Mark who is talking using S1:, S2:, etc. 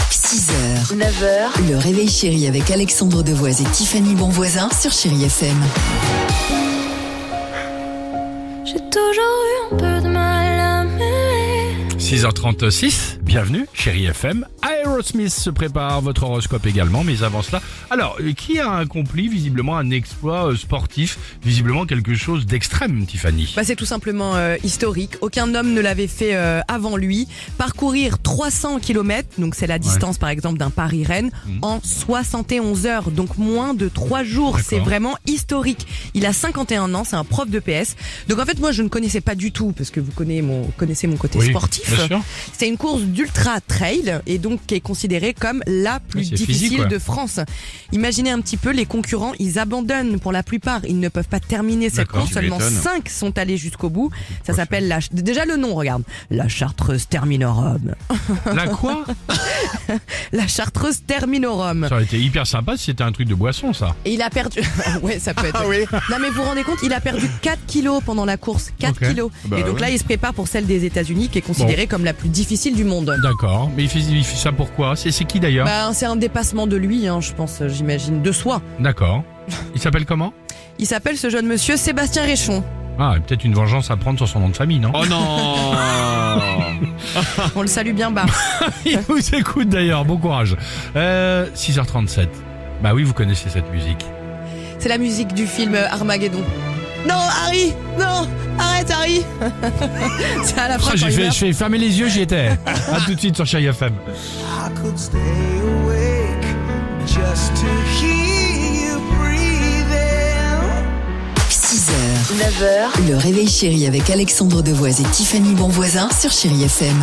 S1: 6h, 9h, le réveil chéri avec Alexandre Devoise et Tiffany Bonvoisin sur Chérie FM.
S2: J'ai toujours eu un peu de mal à m'aimer.
S3: 6h36, bienvenue, chérie FM. Aerosmith se prépare, votre horoscope également, mais avant cela. Alors, euh, qui a accompli visiblement un exploit euh, sportif, visiblement quelque chose d'extrême, Tiffany
S4: Bah, c'est tout simplement euh, historique. Aucun homme ne l'avait fait euh, avant lui. Parcourir 300 km, donc c'est la distance par exemple d'un Paris-Rennes,
S3: Mhm.
S4: en 71 heures, donc moins de 3 jours.
S3: D'accord.
S4: C'est vraiment historique. Il a 51 ans, c'est un prof de PS. Donc en fait, moi, je ne connaissais pas du tout, parce que vous connaissez mon, connaissez mon côté sportif.
S3: Bien sûr.
S4: C'est une course d'ultra trail et donc qui est considérée comme la plus
S3: Oui, c'est
S4: difficile
S3: physique, ouais.
S4: de France. Imaginez un petit peu, les concurrents, ils abandonnent pour la plupart. Ils ne peuvent pas terminer cette
S3: D'accord,
S4: course.
S3: tu
S4: Seulement
S3: m'étonnes. Oh,
S4: 5 sont allés jusqu'au bout. Ça s'appelle la. ch- Déjà le nom, regarde. La Chartreuse Terminorum.
S3: La quoi
S4: La Chartreuse Terminorum.
S3: Ça aurait été hyper sympa si c'était un truc de boisson, ça.
S4: Et il a perdu. Ah ouais, ça peut
S3: Ah
S4: être. Non, mais vous vous rendez compte, il a perdu 4 kilos pendant la course. 4
S3: Ok. Bah
S4: kilos. et donc là, il se prépare pour celle des États-Unis qui est considérée comme la plus difficile du monde.
S3: D'accord, mais il fait, il fait ça pourquoi C'est c'est qui d'ailleurs
S4: Bah, c'est un dépassement de lui, hein, je pense, euh, j'imagine, de soi.
S3: D'accord. Il s'appelle comment
S4: Il s'appelle ce jeune monsieur Sébastien Réchon.
S3: Ah, et peut-être une vengeance à prendre sur son nom de famille, non
S5: Oh non
S3: Ah.
S4: On le salue bien bas.
S3: Il vous écoute d'ailleurs, bon courage. Euh, 6h37. Bah oui, vous connaissez cette musique.
S4: C'est la musique du film Armageddon. Non, Harry Non Arrête, Harry C'est à la
S3: Ah,
S4: fin quand
S3: j'ai
S4: il
S3: fait,
S4: meurt.
S3: j'ai fermé les yeux, j'y étais. à tout de suite sur Chérie FM.
S6: I could stay awake just to hear you breathing.
S1: 6h, 9h, le réveil chéri avec Alexandre Devoise et Tiffany Bonvoisin sur Chérie FM.